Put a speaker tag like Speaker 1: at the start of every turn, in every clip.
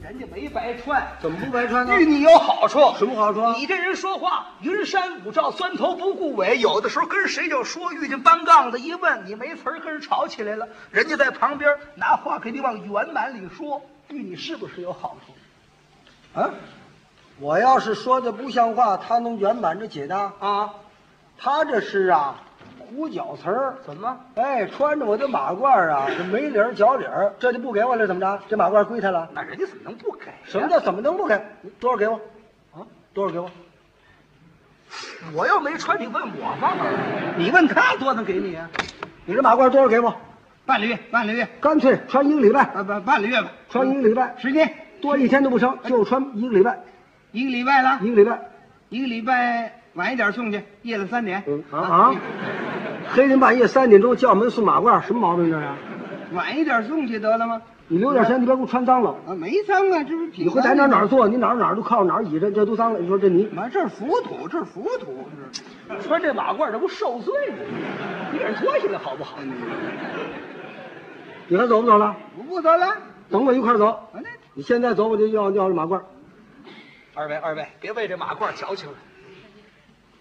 Speaker 1: 人家没白穿，
Speaker 2: 怎么不白穿呢？
Speaker 1: 对你有好处。
Speaker 2: 什么好处啊
Speaker 1: 你这人说话云山雾罩，钻头不顾尾，有的时候跟谁就说，遇见搬杠的一问，你没词儿跟人吵起来了，人家在旁边拿话给你往圆满里说，对你是不是有好处？
Speaker 2: 啊，我要是说的不像话，他能圆满着解答？
Speaker 1: 啊，
Speaker 2: 他这是啊，胡搅词儿。
Speaker 1: 怎么？
Speaker 2: 哎，穿着我的马褂儿啊，这没理儿脚理儿，这就不给我了，怎么着？这马褂归他了？
Speaker 1: 那人家怎么能不给呀？
Speaker 2: 什么叫怎么能不给？你多少给我？啊，多少给我？
Speaker 1: 我又没穿，你问我干嘛？你问他多能给你啊？
Speaker 2: 你这马褂多少给我？嗯
Speaker 1: 半个月，半个月，
Speaker 2: 干脆穿一个礼拜，
Speaker 1: 半半半个月吧，
Speaker 2: 穿一个礼拜，
Speaker 1: 十天，
Speaker 2: 多一天都不成，就穿一个礼拜，
Speaker 1: 一个礼拜了，
Speaker 2: 一个礼拜。
Speaker 1: 一个礼拜晚一点送去，夜里三点。
Speaker 2: 嗯啊啊！黑天半夜三点钟叫门送马褂，什么毛病这是？
Speaker 1: 晚一点送去得了吗？
Speaker 2: 你留点钱，你别给我穿脏了。
Speaker 1: 啊，没脏啊，这不是
Speaker 2: 你
Speaker 1: 品
Speaker 2: 回
Speaker 1: 在
Speaker 2: 在哪儿哪儿坐，你哪儿哪儿都靠哪儿倚着，这都脏了。你说这你
Speaker 1: 妈，这是浮土，这是浮土，这穿这马褂，这不受罪吗？你给人脱下来好不好？
Speaker 2: 你还走不走了？
Speaker 1: 我不走了，啊
Speaker 2: 等我一块儿走。
Speaker 1: 那
Speaker 2: 你现在走我就要要这马褂。
Speaker 1: 二位二位，别为这马褂矫情了。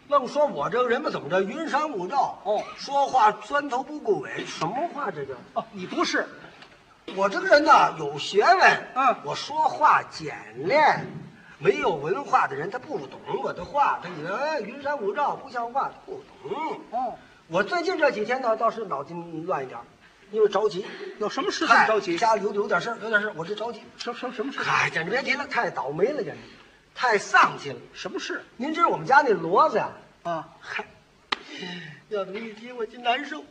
Speaker 3: 愣说我这个人吧，怎么着云山雾罩
Speaker 1: 哦
Speaker 3: 说话钻头不顾尾，
Speaker 2: 什么话这叫？
Speaker 1: 哦，你不是，
Speaker 3: 我这个人呐有学问，
Speaker 1: 嗯
Speaker 3: 我说话简练，没有文化的人他不懂我的话，他以为哎云山雾罩不像话，他不懂。
Speaker 1: 哦，
Speaker 3: 我最近这几天呢，倒是脑筋乱一点儿，因为着急，
Speaker 1: 有什么事这么着急？
Speaker 3: 嗨家里有有点事儿，有点事儿，我这着急。
Speaker 1: 什什什么事？
Speaker 3: 嗨，简直别提了，太倒霉了，简直，太丧气了。
Speaker 1: 什么事
Speaker 3: 您知道我们家那骡子呀、
Speaker 1: 啊？
Speaker 3: 嗨， 要这么一提我就难受。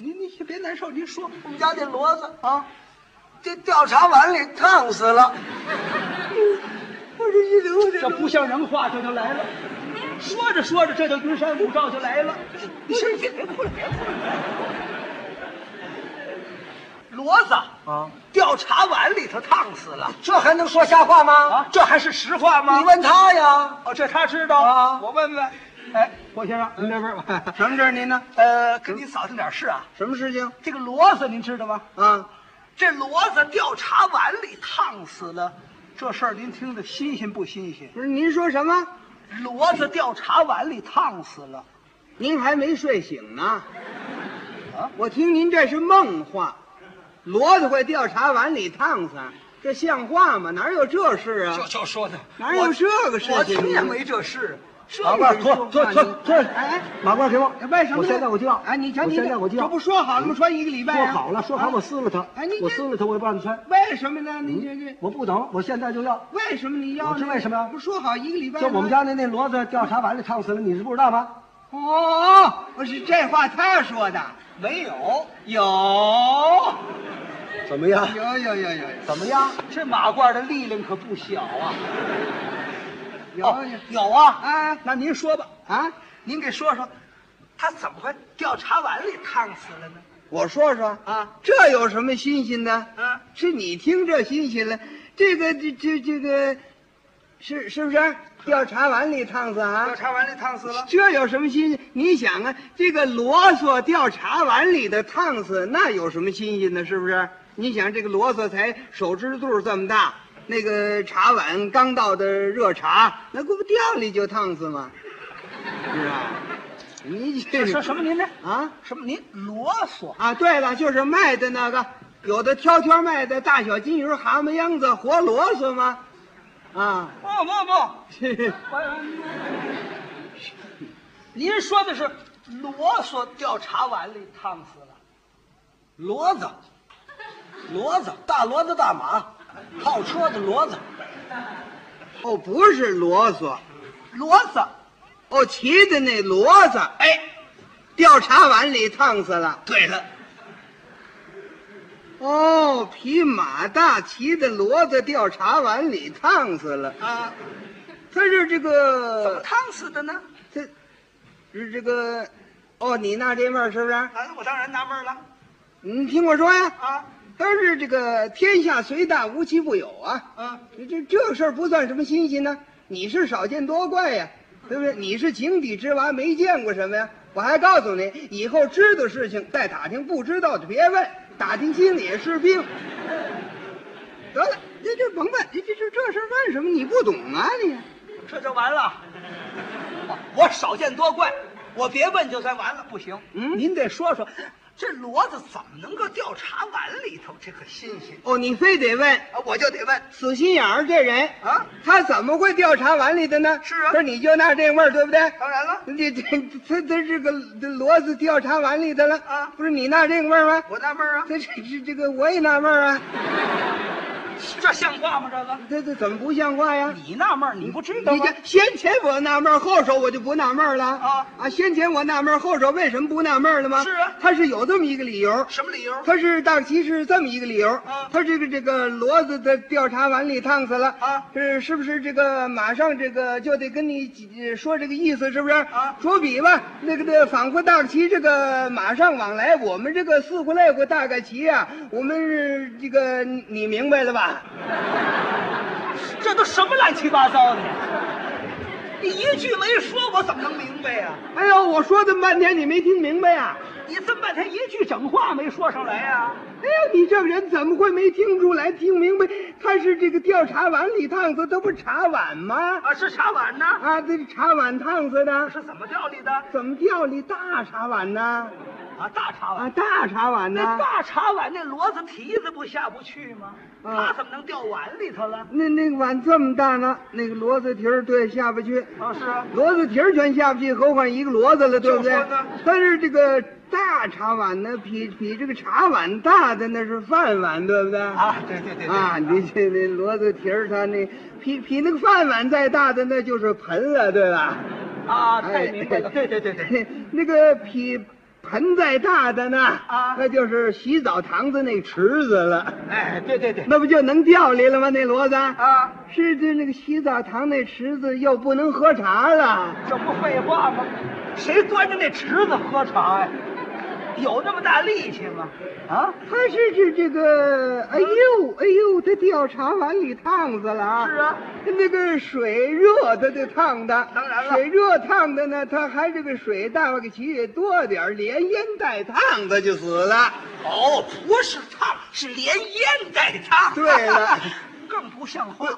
Speaker 1: 您您别难受，您说
Speaker 3: 我们家那骡子
Speaker 1: 啊。
Speaker 3: 这掉茶碗里烫死了， 我这一流
Speaker 1: 这不像人话，这就来了。说着说着，这就云山雾罩就来了。
Speaker 3: 你先别 别哭了，别哭了。骡子
Speaker 2: 啊，
Speaker 3: 掉茶碗里头烫死了，
Speaker 2: 这还能说瞎话吗？
Speaker 1: 啊，这还是实话吗？
Speaker 3: 你问他呀？
Speaker 1: 哦，这他知道
Speaker 2: 啊
Speaker 1: 我问问，哎，
Speaker 2: 霍先 生，您这边儿
Speaker 1: 什么事儿您呢？呃，跟您扫听点事啊。
Speaker 2: 什么事情
Speaker 1: 这个骡子您知道吗？
Speaker 2: 啊？
Speaker 1: 这骡子掉茶碗里烫死了，这事儿您听着新鲜不新鲜？
Speaker 2: 不是您说什么？
Speaker 1: 骡子掉茶碗里烫死了，
Speaker 2: 您还没睡醒呢？啊，我听您这是梦话，骡子会掉茶碗里烫死，这像话吗？哪有这事啊？
Speaker 1: 就说的
Speaker 2: 哪有这个事
Speaker 1: 我
Speaker 2: 情？
Speaker 1: 听也没这事。这
Speaker 2: 马褂脱脱脱脱！
Speaker 1: 哎，
Speaker 2: 马褂给我。
Speaker 1: 为什么呢？
Speaker 2: 我现在我就要。
Speaker 1: 哎，你瞧
Speaker 2: 我
Speaker 1: 你
Speaker 2: 现在我就要。嗯
Speaker 1: 这不说好了吗？穿一个礼拜
Speaker 2: 说
Speaker 1: 啊。
Speaker 2: 好了，说好
Speaker 1: 啊
Speaker 2: 我撕了它。
Speaker 1: 哎你这
Speaker 2: 我撕了它，我也不让你穿。
Speaker 1: 为什么呢？你这这
Speaker 2: 我不等，我现在就要。
Speaker 1: 为什么你要呢？
Speaker 2: 我知为什么呀
Speaker 1: 不说好一个礼拜吗？
Speaker 2: 就我们家那那骡子掉茶碗里烫死了，你是不知道吗？
Speaker 1: 哦，不是这话他说的，没有，有，
Speaker 2: 怎么样？
Speaker 1: 有有有有，
Speaker 2: 怎么样？
Speaker 1: 这马褂的力量可不小啊！有
Speaker 2: 哦
Speaker 1: 有
Speaker 2: 有啊
Speaker 1: 啊，那您说吧，
Speaker 2: 啊！
Speaker 1: 您给说说，他怎么会掉茶碗里烫死了呢？
Speaker 2: 我说说
Speaker 1: 啊，
Speaker 2: 这有什么新鲜的？
Speaker 1: 啊，
Speaker 2: 是你听这新鲜了，这个这这这个，是是不是掉茶碗里烫死啊
Speaker 1: 掉？茶碗里烫死了，
Speaker 2: 这有什么新鲜？你想啊，这个啰嗦掉茶碗里的烫死，那有什么新鲜的？是不是？你想这个啰嗦才手指肚这么大，那个茶碗刚倒的热茶，那不掉里就烫死吗？是啊，你这
Speaker 1: 说什么您呢？
Speaker 2: 啊
Speaker 1: 什么您啰嗦？
Speaker 2: 啊！对了，就是卖的那个，有的挑挑卖的大小金鱼、蛤蟆秧子、活啰嗦吗？啊，
Speaker 1: 不不不，您说的是啰嗦掉茶碗里烫死了。
Speaker 3: 骡子，骡子，大骡子大马，套车的骡子，
Speaker 2: 哦，不是啰嗦。
Speaker 1: 骡子，
Speaker 2: 哦，骑的那骡子
Speaker 1: 哎，
Speaker 2: 掉茶碗里烫死了。
Speaker 1: 对了，
Speaker 2: 哦，匹马大骑的骡子掉茶碗里烫死了。
Speaker 1: 啊，
Speaker 2: 他是这
Speaker 1: 怎么
Speaker 2: 个，
Speaker 1: 烫死的呢？
Speaker 2: 他是这个，哦，你那这面是不是？
Speaker 1: 啊，我当然纳闷了
Speaker 2: 你听我说呀，
Speaker 1: 啊，
Speaker 2: 他是这个天下虽大，无奇不有啊。
Speaker 1: 嗯，
Speaker 2: 这这这事儿不算什么新鲜呢、你是少见多怪呀、对不对？你是井底之蛙，没见过什么呀。我还告诉你，以后知道事情再打听，不知道的别问，打听心里也是病。得了，这这甭问，这这这这事儿问什么？你不懂啊你？
Speaker 1: 这就完了。 我我少见多怪，我别问就算完了，不行。
Speaker 2: 嗯
Speaker 1: 您得说说，这骡子怎么能够掉茶碗里头？这可新鲜
Speaker 2: 哦，你非得问
Speaker 1: 啊！我就得问
Speaker 2: 死心眼儿这人
Speaker 1: 啊，
Speaker 2: 他怎么会掉茶碗里的呢？
Speaker 1: 是啊
Speaker 2: 不是你就那这味儿对不对？
Speaker 1: 当然了，
Speaker 2: 这这他他这个这骡子掉茶碗里的了
Speaker 1: 啊
Speaker 2: 不是你那这个味儿吗？
Speaker 1: 我纳闷啊，
Speaker 2: 这这这这个我也纳闷儿啊，
Speaker 1: 这像话吗？这个
Speaker 2: 这这怎么不像话呀？
Speaker 1: 你纳闷儿，你不知道
Speaker 2: 你
Speaker 1: 吗
Speaker 2: 这？先前我纳闷儿，后手我就不纳闷儿了
Speaker 1: 啊
Speaker 2: 啊！先前我纳闷儿，后手为什么不纳闷儿了吗？
Speaker 1: 是啊
Speaker 2: 他是有这么一个理由，
Speaker 1: 什么理由？
Speaker 2: 他是大齐是这么一个理由
Speaker 1: 啊
Speaker 2: 他这个这个骡子的调查碗里烫死了
Speaker 1: 啊
Speaker 2: 是是不是这个马上这个就得跟你几说这个意思是不是
Speaker 1: 啊
Speaker 2: 说比吧，那个的仿佛大齐这个马上往来，我们这个四乎来乎大概齐呀、我们是这个你你明白了吧？
Speaker 1: 这都什么乱七八糟的？你一句没说，我怎么能明白呀、
Speaker 2: 哎呦，我说这么半天你没听明白啊呀、
Speaker 1: 你这么半天一句整话没说上来呀、
Speaker 2: 哎呀，你这个人怎么会没听出来、听明白？他是这个调查碗里烫死，他不茶碗吗？
Speaker 1: 啊？是茶碗呢？
Speaker 2: 啊，这茶碗烫死的，
Speaker 1: 是怎么调理的？
Speaker 2: 怎么调理大茶碗呢？
Speaker 1: 啊，大茶碗。
Speaker 2: 啊，大茶碗
Speaker 1: 那
Speaker 2: 呢？
Speaker 1: 大茶碗那骡子蹄子不下不去吗？
Speaker 2: 嗯
Speaker 1: 它怎么能掉碗里头了？
Speaker 2: 那那个碗这么大呢，那个骡子蹄儿对下不去，
Speaker 1: 啊，是啊，
Speaker 2: 骡子蹄儿全下不去，何况一个骡子了，对不对
Speaker 1: 就说呢？
Speaker 2: 但是这个大茶碗呢，比比这个茶碗大的那是饭碗，对不对？
Speaker 1: 啊，对对对对
Speaker 2: 啊，你这这骡子蹄儿，它那比比那个饭碗再大的那就是盆了，对吧？
Speaker 1: 啊，太明白了，
Speaker 2: 哎
Speaker 1: 对对对对，
Speaker 2: 那个比盆再大的呢，
Speaker 1: 啊
Speaker 2: 那就是洗澡堂子那池子了，
Speaker 1: 哎，对对对，
Speaker 2: 那不就能调理了吗？那骡子
Speaker 1: 啊，
Speaker 2: 是这那个洗澡堂那池子又不能喝茶了，
Speaker 1: 这不废话吗？谁端着那池子喝茶呀、有那么大力气吗？啊，
Speaker 2: 他是这这个，哎呦哎呦，他掉茶碗里烫死了啊！
Speaker 1: 是啊，
Speaker 2: 那个水热的这烫的，
Speaker 1: 当然了
Speaker 2: 水热烫的呢，他还这个水大了个起多点儿连烟带烫的就死了。
Speaker 1: 哦，不是烫，是连烟带烫。
Speaker 2: 对了，
Speaker 1: 更不像话，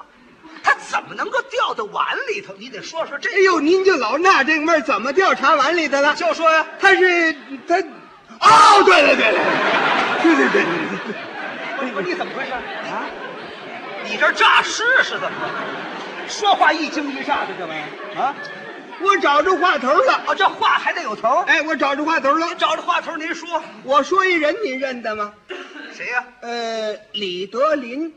Speaker 1: 它怎么能够掉到碗里头？你得说说这
Speaker 2: 哎呦，您就老纳这个闷儿怎么掉茶碗里的了？
Speaker 1: 就说呀、
Speaker 2: 他是他，哦，对 了对了，对对对对对，
Speaker 1: 不是不是你怎么回事啊？你这诈尸是怎么回事？说话一惊一乍的这玩意儿啊！
Speaker 2: 我找着话头了，
Speaker 1: 哦，这话还得有头儿。
Speaker 2: 哎，我找着话头了
Speaker 1: 您，找着话头儿您说，
Speaker 2: 我说一人你认得吗？
Speaker 1: 谁呀、
Speaker 2: 呃，李德林，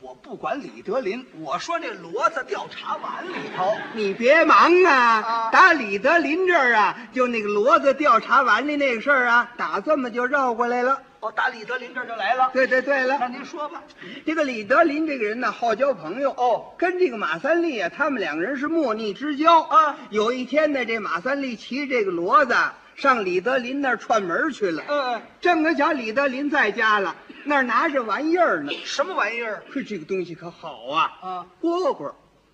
Speaker 1: 我不管李德林，我说那骡子掉茶碗里头，
Speaker 2: 你别忙啊
Speaker 1: 啊，
Speaker 2: 打李德林这儿啊，就那个骡子掉茶碗里那个事儿啊，打这么就绕过来了。
Speaker 1: 哦，打李德林这儿就来了。
Speaker 2: 对对对
Speaker 1: 那
Speaker 2: 了，
Speaker 1: 您说吧，
Speaker 2: 这个李德林这个人呢，好交朋友
Speaker 1: 哦，
Speaker 2: 跟这个马三立啊，他们两个人是莫逆之交
Speaker 1: 啊。
Speaker 2: 有一天呢，这马三立骑这个骡子上李德林那儿串门去了。
Speaker 1: 嗯，
Speaker 2: 正可巧李德林在家了，那儿拿着玩意儿呢。
Speaker 1: 什么玩意儿？
Speaker 2: 可这个东西可好啊，
Speaker 1: 啊，
Speaker 2: 蝈蝈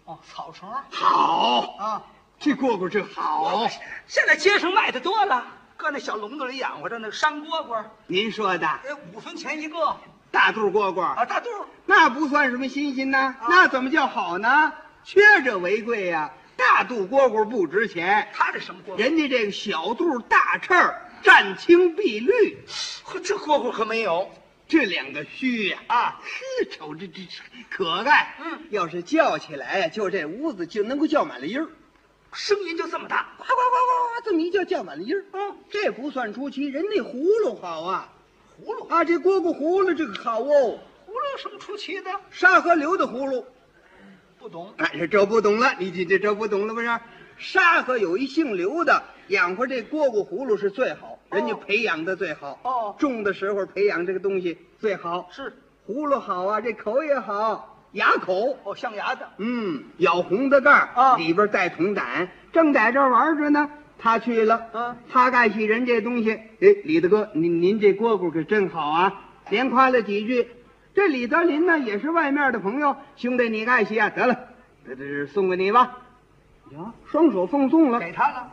Speaker 1: 哦，草绳
Speaker 2: 好，
Speaker 1: 啊。
Speaker 2: 这蝈蝈这好。
Speaker 1: 现在街上卖的多了，搁那小笼子里养活着那山蝈蝈，
Speaker 2: 您说的
Speaker 1: 哎，五分钱一个
Speaker 2: 大肚蝈蝈，
Speaker 1: 啊，大肚儿。
Speaker 2: 那不算什么新鲜呐，
Speaker 1: 啊
Speaker 2: 那怎么叫好呢？缺者为贵呀、大肚蝈蝈不值钱，
Speaker 1: 他这什么蝈蝈？
Speaker 2: 人家这个小肚大翅儿，湛青碧绿，
Speaker 1: 呵这蝈蝈可没有
Speaker 2: 这两个须呀、
Speaker 1: 啊！
Speaker 2: 呵，瞅着这这可爱。
Speaker 1: 嗯，
Speaker 2: 要是叫起来呀，就这屋子就能够叫满了音儿，
Speaker 1: 声音就这么大
Speaker 2: 呱呱呱呱呱，这么一叫叫满了音儿。
Speaker 1: 嗯，
Speaker 2: 这不算出奇，人那葫芦好啊，
Speaker 1: 葫芦，
Speaker 2: 啊，这蝈蝈葫芦这个好哦，
Speaker 1: 葫芦有什么出奇的？
Speaker 2: 沙河流的葫芦。
Speaker 1: 不懂
Speaker 2: 哎，这这不懂了，你这这这不懂了不是？沙河有一姓刘的，养活这蝈蝈葫芦是最好，人家培养的最好。
Speaker 1: 哦
Speaker 2: 种的时候培养这个东西最好，
Speaker 1: 是
Speaker 2: 葫芦好啊，这口也好，牙口，
Speaker 1: 哦，象牙的
Speaker 2: 嗯，咬红的盖儿
Speaker 1: 啊
Speaker 2: 里边带铜胆，正在这儿玩着呢。他去了，
Speaker 1: 嗯，
Speaker 2: 他盖起人这东西，哎，李大哥，您您这蝈蝈可真好啊，连夸了几句。这李德林呢，也是外面的朋友，兄弟你盖起啊，得了，这这这送给你吧。呀，双手奉送了，
Speaker 1: 给他了，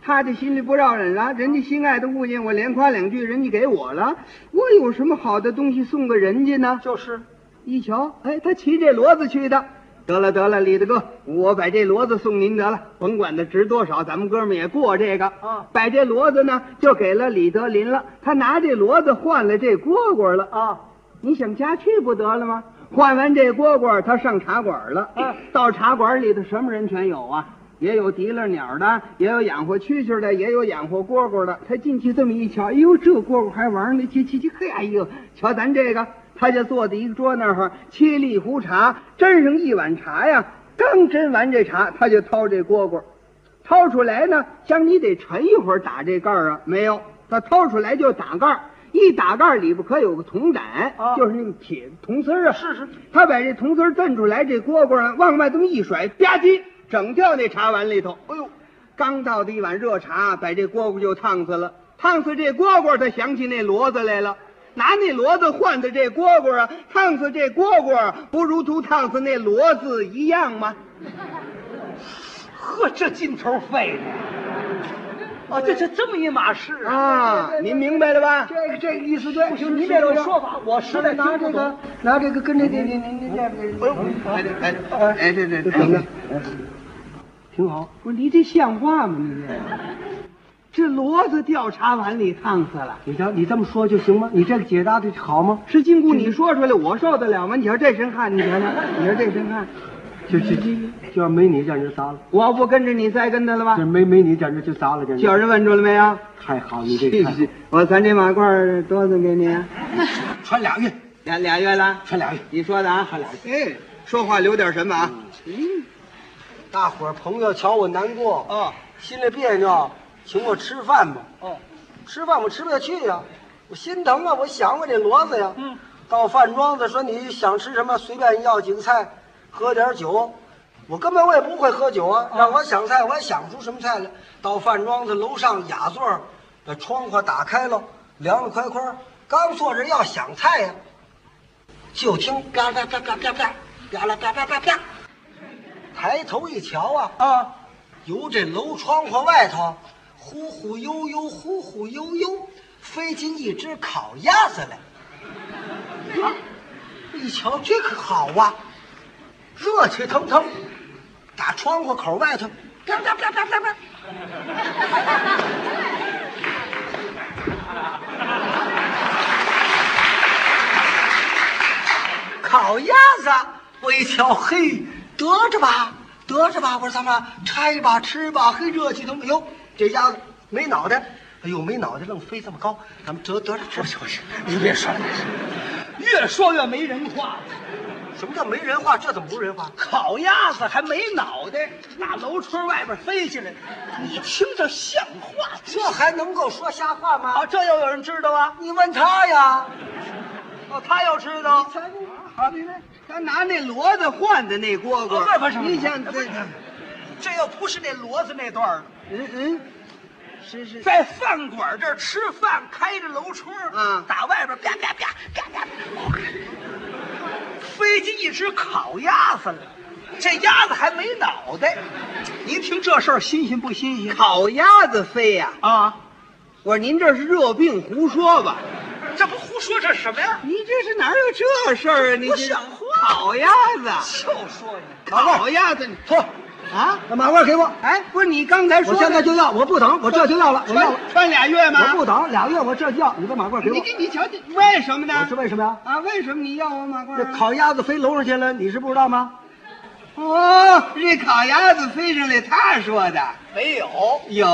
Speaker 2: 他这心里不饶人了，人家心爱的物件，我连夸两句，人家给我了，我有什么好的东西送给人家呢？
Speaker 1: 就是
Speaker 2: 一瞧，哎，他骑这骡子去的。得了得了，李大哥，我把这骡子送您得了，甭管它值多少，咱们哥们也过这个
Speaker 1: 啊
Speaker 2: 把这骡子呢，就给了李德林了，他拿这骡子换了这蝈蝈了。
Speaker 1: 啊，
Speaker 2: 你想家去不得了吗？换完这蝈蝈，他上茶馆了。
Speaker 1: 啊
Speaker 2: 到茶馆里头什么人全有啊？也有提了鸟的，也有养活蛐蛐的，也有养活蝈蝈的。他进去这么一瞧，哎呦，这蝈蝈还玩呢，去去去，嘿，哎呦，瞧咱这个，他就坐在一个桌那儿，沏了一壶茶，斟上一碗茶呀。刚斟完这茶，他就掏这蝈蝈，掏出来呢，像你得沉一会儿打这盖儿啊，没有，他掏出来就打盖儿，一打盖儿里边可有个铜胆，
Speaker 1: 啊
Speaker 2: 就是那个铁铜丝儿啊。
Speaker 1: 是是，
Speaker 2: 他把这铜丝儿蹬出来，这蝈蝈啊往外这么一甩，吧唧，整掉那茶碗里头。
Speaker 1: 哎呦，
Speaker 2: 刚倒的一碗热茶，把这蝈蝈就烫死了。烫死这蝈蝈，他想起那骡子来了，拿那骡子换的这蝈蝈啊，烫死这蝈蝈，不如同烫死那骡子一样吗？
Speaker 1: 呵，这劲头费的。啊，这这这么一码事
Speaker 2: 啊，您明白了吧？
Speaker 3: 这个这个意思对，
Speaker 1: 就您这个说法，我实在
Speaker 3: 拿
Speaker 1: 听
Speaker 3: 这
Speaker 1: 不
Speaker 3: 个
Speaker 1: 懂。
Speaker 3: 拿这个跟这这这这这
Speaker 2: 哎对哎对哎对对，
Speaker 3: 怎么着？
Speaker 2: 挺好。不是，你这像话吗？你这，这骡子掉茶碗里烫死了。
Speaker 3: 你瞧，你这么说就行吗？你这个解答的好吗？
Speaker 2: 是金姑，你说出来，我受得了吗？你瞧这身汗，你瞧瞧，你瞧这身汗，
Speaker 3: 就就就就要没你简直砸了，
Speaker 2: 我要不跟着你栽跟头了吧
Speaker 3: 这？没没你简直就砸了，简直
Speaker 2: 叫人问住了没有？
Speaker 3: 太好，你这太好
Speaker 2: 我咱这马褂儿多少给你啊？
Speaker 3: 穿俩月，
Speaker 2: 俩俩月了，
Speaker 3: 穿俩月。
Speaker 2: 你说的啊？哎，说话留点什么啊？
Speaker 3: 大伙儿朋友瞧我难过，
Speaker 1: 啊
Speaker 2: 哦
Speaker 3: 心里别扭，请我吃饭吧。
Speaker 2: 哦，
Speaker 3: 吃饭我吃不下去呀、我心疼啊，我想我这骡子呀。嗯，到饭庄子说你想吃什么，随便要几个菜，喝点酒。我根本我也不会喝酒啊，让我想菜我也想不出什么菜来。到饭庄子楼上雅座儿，把窗户打开了，凉了快快儿。刚坐着要想菜呀、就听嘎嘎嘎嘎嘎嘎，嘎啦嘎嘎嘎嘎。抬头一瞧啊，
Speaker 1: 啊，
Speaker 3: 由这楼窗户外头，忽忽悠悠，忽忽悠悠，飞进一只烤鸭子来。啊一瞧这可好啊，热气腾腾，打窗户口外头，嘎嘎嘎嘎嘎嘎。 烤鸭子，我一瞧，嘿，得着吧，得着吧，我说咱们拆吧，吃吧，嘿，热气腾腾。哟，这鸭子没脑袋，哎呦，没脑袋，愣飞这么高，咱们得得着，吃吧，吃吧，吃吧。
Speaker 1: 您别说了，越说越没人话了。
Speaker 3: 什么叫没人话？这怎么不 是人话？
Speaker 1: 烤鸭子还没脑袋，打楼窗外边飞进来，你听着像话
Speaker 3: 这还能够说瞎话吗？
Speaker 1: 啊？这要有人知道啊？
Speaker 3: 你问他呀。
Speaker 1: 哦，他要知道，
Speaker 2: 好，你看他拿那骡子换的那蝈蝈
Speaker 1: 啊不是，不是
Speaker 2: 你想
Speaker 1: 不是
Speaker 2: 这，
Speaker 1: 这要不是那骡子那段儿，
Speaker 2: 嗯嗯，是是，
Speaker 1: 在饭馆这儿吃饭，开着楼窗，
Speaker 2: 啊
Speaker 1: 打外边啪啪啪啪啪啪，飞进一只烤鸭子来，这鸭子还没脑袋，您听这事儿新鲜不新鲜？
Speaker 2: 烤鸭子飞呀、
Speaker 1: 啊，
Speaker 2: 我说您这是热病，胡说吧！
Speaker 1: 这不胡说，这是什么呀？
Speaker 2: 你这是哪有这事儿啊？你
Speaker 1: 不
Speaker 2: 这
Speaker 1: 像话
Speaker 2: 烤鸭子，
Speaker 1: 就说你。
Speaker 2: 烤鸭子，你
Speaker 3: 嚯，
Speaker 2: 啊！
Speaker 3: 把马褂给我，
Speaker 2: 哎，不是你刚才说
Speaker 3: 我
Speaker 2: 的，
Speaker 3: 现在就要，我不等，我这就要了，我要了，
Speaker 2: 穿穿俩月
Speaker 3: 我
Speaker 2: 吗？
Speaker 3: 不等，俩月我这就要，你把马褂给
Speaker 2: 你
Speaker 3: 我。
Speaker 2: 给你瞧瞧，为什么
Speaker 3: 我
Speaker 2: 呢
Speaker 3: 是？为什么呀？
Speaker 2: 啊，为什么你要我马褂
Speaker 3: 这
Speaker 2: 啊？
Speaker 3: 烤鸭子飞楼上去了，你是不知道吗？
Speaker 2: 哦，这烤鸭子飞上来，他说的
Speaker 1: 没有，
Speaker 2: 有。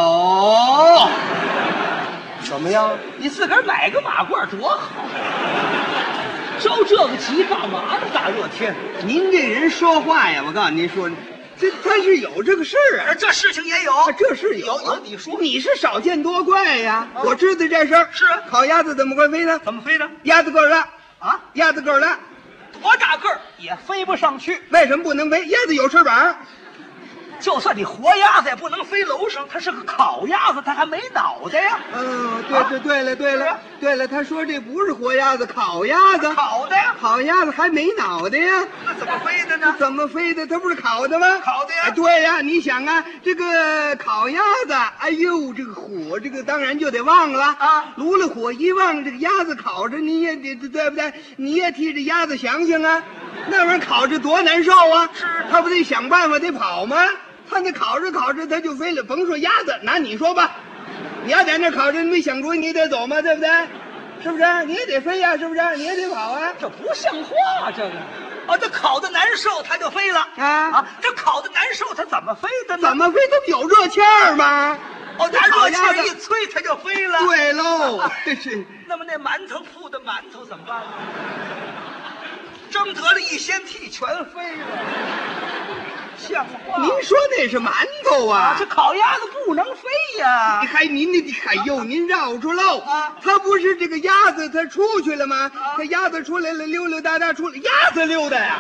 Speaker 3: 怎么样？
Speaker 1: 你自个儿买个马褂多好 呀！着这个急干嘛呢？大热天，
Speaker 2: 您这人说话呀，我告诉您说，这他是有这个事儿啊。
Speaker 1: 这事情也有
Speaker 2: 啊，这是有
Speaker 1: 有
Speaker 2: 啊
Speaker 1: 有你说
Speaker 2: 你是少见多怪呀！
Speaker 3: 啊
Speaker 2: 我知道这事儿
Speaker 1: 是啊
Speaker 2: 烤鸭子怎么会飞呢？
Speaker 1: 怎么飞的
Speaker 2: 鸭子个儿大，
Speaker 1: 啊？
Speaker 2: 鸭子个儿大，
Speaker 1: 多大个儿也飞不上去，
Speaker 2: 为什么不能飞？鸭子有翅膀，
Speaker 1: 就算你活鸭子也不能飞楼上，它是个烤鸭子，它还没脑袋呀，
Speaker 2: 嗯，对对对了对了对了，他说这不是活鸭子，烤鸭子，
Speaker 1: 啊烤的呀，
Speaker 2: 烤鸭子还没脑袋呀。
Speaker 1: 那怎么飞的呢？
Speaker 2: 怎么飞的？它不是烤的吗？
Speaker 1: 烤的呀
Speaker 2: 哎对呀，你想啊，这个烤鸭子，哎呦，这个火，这个当然就得忘了
Speaker 1: 啊
Speaker 2: 炉了火一忘，这个鸭子烤着，你也得对不对？你也替这鸭子想想啊，那玩意儿烤着多难受啊！
Speaker 1: 是
Speaker 2: 它不得想办法得跑吗？它那烤着烤着，它就飞了。甭说鸭子，拿你说吧，你要在那烤着，你没想主意，你得走吗？对不对？是不是？你也得飞呀、是不是？你也得跑啊！
Speaker 1: 这不像话，这个。哦，这烤的难受，它就飞了
Speaker 2: 啊
Speaker 1: 啊！这烤的难受，它怎么飞的呢？
Speaker 2: 怎么飞？它不有热气儿吗？
Speaker 1: 哦，拿热气
Speaker 2: 烤
Speaker 1: 儿
Speaker 2: 鸭子
Speaker 1: 一吹，它就飞了。，
Speaker 2: 对喽，
Speaker 1: 哦
Speaker 2: 这是
Speaker 1: 那么那馒头铺的馒头怎么办呢？蒸得了一掀屉，全飞了，像话吗？
Speaker 2: 您说那是馒头
Speaker 1: 啊
Speaker 2: 啊，？
Speaker 1: 这烤鸭子不能飞呀
Speaker 2: 你！还您那哎呦，您绕住喽
Speaker 1: 啊！
Speaker 2: 它不是这个鸭子，它出去了吗？
Speaker 1: 啊
Speaker 2: 它鸭子出来了，溜溜达达出来，鸭子溜达呀，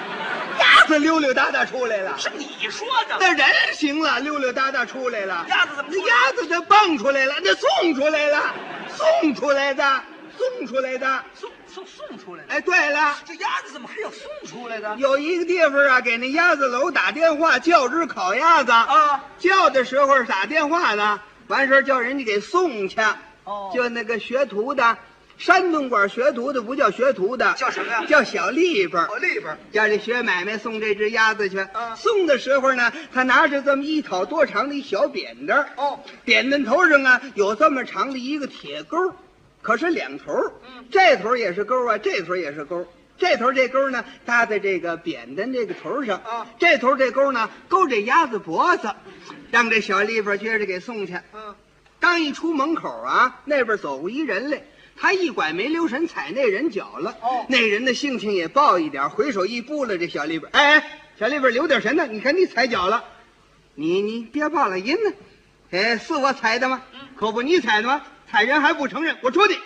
Speaker 2: 鸭子溜溜达达出来了。
Speaker 1: 是你说的。
Speaker 2: 那人行了，溜溜达达出来了。
Speaker 1: 鸭子怎么出来
Speaker 2: 那鸭子它蹦出来了，那送出来了，送出来的，送出来的。
Speaker 1: 送送送出来的。
Speaker 2: 哎，对了。
Speaker 1: 这鸭子怎么还有送出来的？
Speaker 2: 有一个地方啊，给那鸭子楼打电话叫只烤鸭子
Speaker 1: 啊，
Speaker 2: 叫的时候打电话呢，完事儿叫人家给送去。
Speaker 1: 哦
Speaker 2: 就那个学徒的，山东管学徒的不叫学徒的，
Speaker 1: 叫什么呀
Speaker 2: 叫小利本儿。
Speaker 1: 里边
Speaker 2: 叫这学买卖送这只鸭子去，
Speaker 1: 啊
Speaker 2: 送的时候呢，他拿着这么一挑多长的一小扁担儿
Speaker 1: 哦，
Speaker 2: 扁担头上啊有这么长的一个铁钩儿，可是两头儿，
Speaker 1: 嗯
Speaker 2: 这头儿也是钩儿啊，这头儿也是钩儿，这头儿这钩儿呢搭在这个扁担这个头儿上
Speaker 1: 啊
Speaker 2: 这头儿这钩儿呢勾这鸭子脖子，让这小利本撅着给送去。
Speaker 1: 嗯，
Speaker 2: 刚一出门口啊，那边走过一人来，他一拐没留神踩那人脚了。
Speaker 1: 哦
Speaker 2: 那人的性情也暴一点，回手一扑了这小利本，哎哎，小利本留点神呢，你看你踩脚了，你你别报了音呢，哎，是我踩的吗？可不，你踩的吗？踩人还不承认，我出去。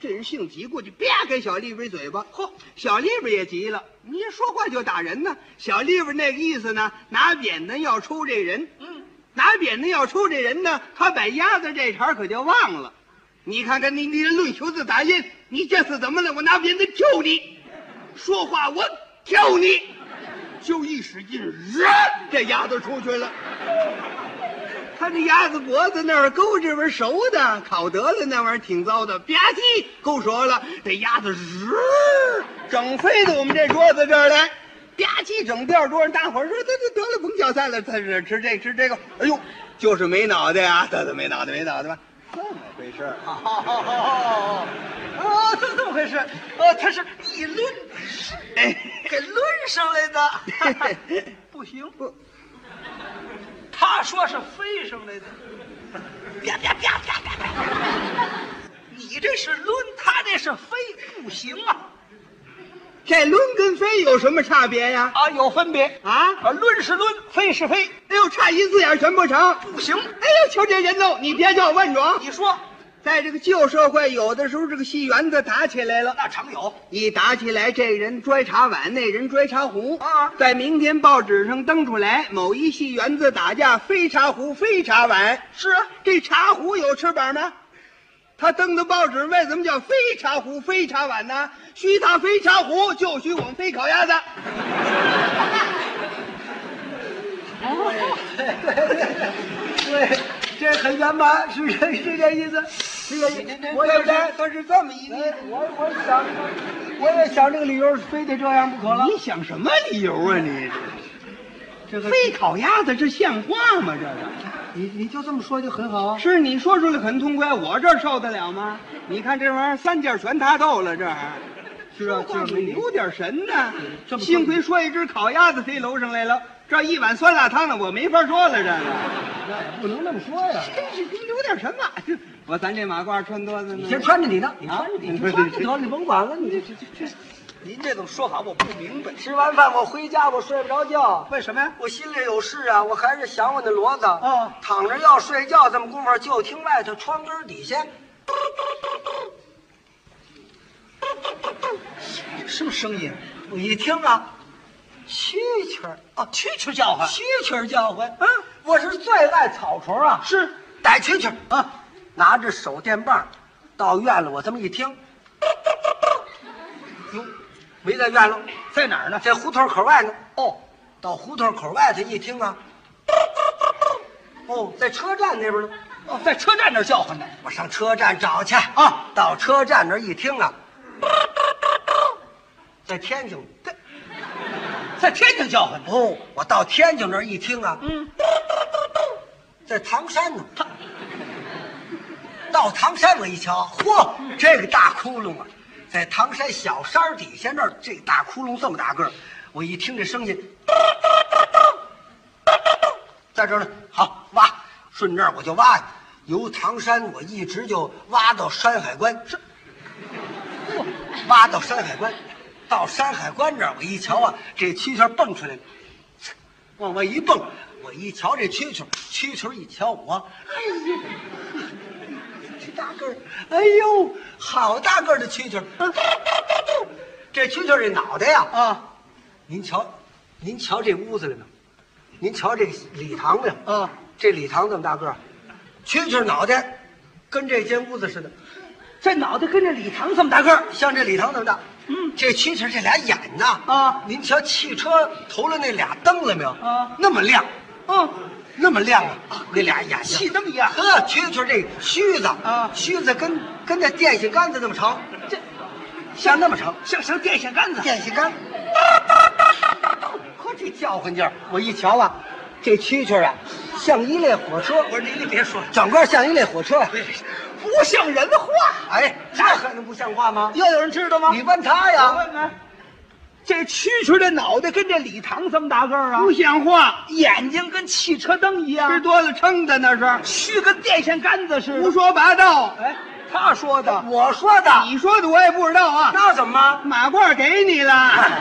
Speaker 2: 这人性急，过去啪给小利本一嘴巴。嚯，小利本也急了，你一说话就打人呢。小利本那个意思呢，拿扁担要抽这人。
Speaker 1: 嗯，
Speaker 2: 拿扁担要抽这人呢，他把鸭子这茬儿可就忘了。你看看你你这论球子打印，你这次怎么了？我拿扁担挑你，说话我挑你，就一使劲，人这鸭子出去了。他这鸭子脖子那儿勾这边熟的，烤得了那玩意儿挺糟的，吧唧勾熟了，这鸭子日整飞到我们这桌子这儿来，吧唧整掉桌上，大伙儿说得得得了，甭搅散了，他是吃这吃这个，哎呦，就是没脑袋啊，得得没脑袋没脑袋吧，这么回事儿啊。
Speaker 1: 哦，哦，这这么回事？哦，它是一抡，
Speaker 2: 哎
Speaker 1: 给抡上来 的。不行，他说是飞上来的。啪啪啪啪啪啪！你这是抡，他这是飞，不行啊！
Speaker 2: 这抡跟飞有什么差别呀？
Speaker 1: 啊，有分别
Speaker 2: 啊，
Speaker 1: 啊，抡是抡，飞是飞，
Speaker 2: 哎呦，差一字眼儿全不成。
Speaker 1: 不行。
Speaker 2: 哎呦，瞧这人喽，你别叫我问着啊，
Speaker 1: 你说
Speaker 2: 在这个旧社会，有的时候这个戏园子打起来了。
Speaker 1: 那常有，
Speaker 2: 一打起来，这人拽茶碗，那人拽茶壶
Speaker 1: 啊
Speaker 2: 在明天报纸上登出来，某一戏园子打架，非茶壶非茶碗。
Speaker 1: 是啊，
Speaker 2: 这茶壶有翅膀吗？他登的报纸为什么叫非茶壶非茶碗呢？许他非茶壶，就许我们非烤鸭子。
Speaker 3: 对，这很圆满，是这是这意思，是这意思。我也
Speaker 2: 对不对
Speaker 3: 是，？
Speaker 2: 都是这么一个意思。
Speaker 3: 我我想，我也想这个理由非得这样不可了。
Speaker 2: 你想什么理由啊你？
Speaker 3: 这个
Speaker 2: 非烤鸭子，这像话吗？这个
Speaker 3: 你你就这么说就很好啊。
Speaker 2: 是你说出来很痛快，我这儿受得了吗？你看这玩意儿三件全搭透了，这儿
Speaker 3: 是啊
Speaker 2: 说话
Speaker 3: 就是
Speaker 2: 你留点神呢
Speaker 3: 这。么说
Speaker 2: 幸亏说一只烤鸭子飞楼上来了，这一碗酸辣汤呢，我没法说了。这个
Speaker 3: 那也不能那么说呀。
Speaker 2: 真是您留点神吧。我咱这马褂穿多了呢
Speaker 3: 你。先穿着你的，你穿着你的，
Speaker 2: 啊
Speaker 3: 穿着得了，你甭管了，你这这这这。
Speaker 1: 您这种说法我不明白，
Speaker 3: 吃完饭我回家，我睡不着觉，
Speaker 2: 为什么呀？
Speaker 3: 我心里有事啊，我还是想我那骡子。
Speaker 2: 哦
Speaker 3: 躺着要睡觉，这么功夫就听外头窗根儿底下
Speaker 1: 什么声音？
Speaker 3: 你一听啊，蛐蛐儿，
Speaker 1: 啊，蛐蛐叫唤，
Speaker 3: 蛐蛐儿叫唤。
Speaker 1: 嗯，
Speaker 3: 我是最爱草虫啊，
Speaker 1: 是
Speaker 3: 逮蛐蛐儿嗯
Speaker 1: 啊，
Speaker 3: 拿着手电棒，到院了，我这么一听，哟，没在院了，
Speaker 1: 在哪儿呢？
Speaker 3: 这胡同口外呢。
Speaker 1: 哦，
Speaker 3: 到胡同口外头一听啊，哦，在车站那边呢。
Speaker 1: 哦，在车站那儿叫唤呢。
Speaker 3: 我上车站找去
Speaker 1: 啊！
Speaker 3: 到车站那儿一听啊，在天津在
Speaker 1: 在天津叫唤呢。
Speaker 3: 哦，我到天津那儿一听啊，
Speaker 1: 嗯，
Speaker 3: 在唐山呢。到唐山我一瞧，嚯，这个大窟窿啊，在唐山小山儿底下那儿，这个大窟窿这么大个儿，我一听这声音，在这儿呢，好挖，顺这儿我就挖呀，由唐山我一直就挖到山海关，是，挖到山海关，到山海关这儿我一瞧啊，这蛐蛐儿蹦出来了。往外一蹦，我一瞧这蛐蛐儿，蛐蛐儿一瞧我，哎呀，这大个儿，哎呦，好大个儿的蛐蛐儿，这蛐蛐儿这脑袋呀，
Speaker 1: 啊
Speaker 3: 您瞧，您瞧这屋子里面，您瞧这礼堂里，
Speaker 1: 啊，
Speaker 3: 这礼堂这么大个儿，蛐蛐儿脑袋跟这间屋子似的，
Speaker 1: 这脑袋跟这礼堂这么大个儿。
Speaker 3: 像这礼堂这么大。
Speaker 1: 嗯
Speaker 3: 这蛐蛐儿这俩眼呐，
Speaker 1: 啊
Speaker 3: 您瞧汽车头了那俩灯了没有？
Speaker 1: 啊
Speaker 3: 那么亮，
Speaker 1: 嗯，
Speaker 3: 那么亮啊，那俩眼睛。
Speaker 1: 气灯一样。
Speaker 3: 呵，蛐蛐这须子
Speaker 1: 啊
Speaker 3: 须子跟跟那电线杆子那么长，
Speaker 1: 这
Speaker 3: 像那么长，
Speaker 1: 像像电线杆子。
Speaker 3: 电线杆，呵，这叫唤劲儿，我一瞧啊，这蛐蛐啊，像一列火车，
Speaker 1: 我说您您别说了，
Speaker 3: 整个像一列火车呀。
Speaker 1: 不像人话。
Speaker 3: 哎，这还能不像话吗？
Speaker 1: 要有人知道吗？
Speaker 3: 你问他
Speaker 1: 我
Speaker 3: 呀，
Speaker 1: 问问，这蛐蛐的脑袋跟这礼堂这么大个儿啊
Speaker 2: 不，像话，
Speaker 1: 眼睛跟汽车灯一
Speaker 2: 吃
Speaker 1: 样，
Speaker 2: 多了撑的那是，
Speaker 1: 须跟电线杆子似的。
Speaker 2: 胡，说八道。
Speaker 1: 哎，他说的，
Speaker 3: 我说的，
Speaker 2: 你说的我也不知道啊，
Speaker 3: 那怎么？
Speaker 2: 马褂给你了，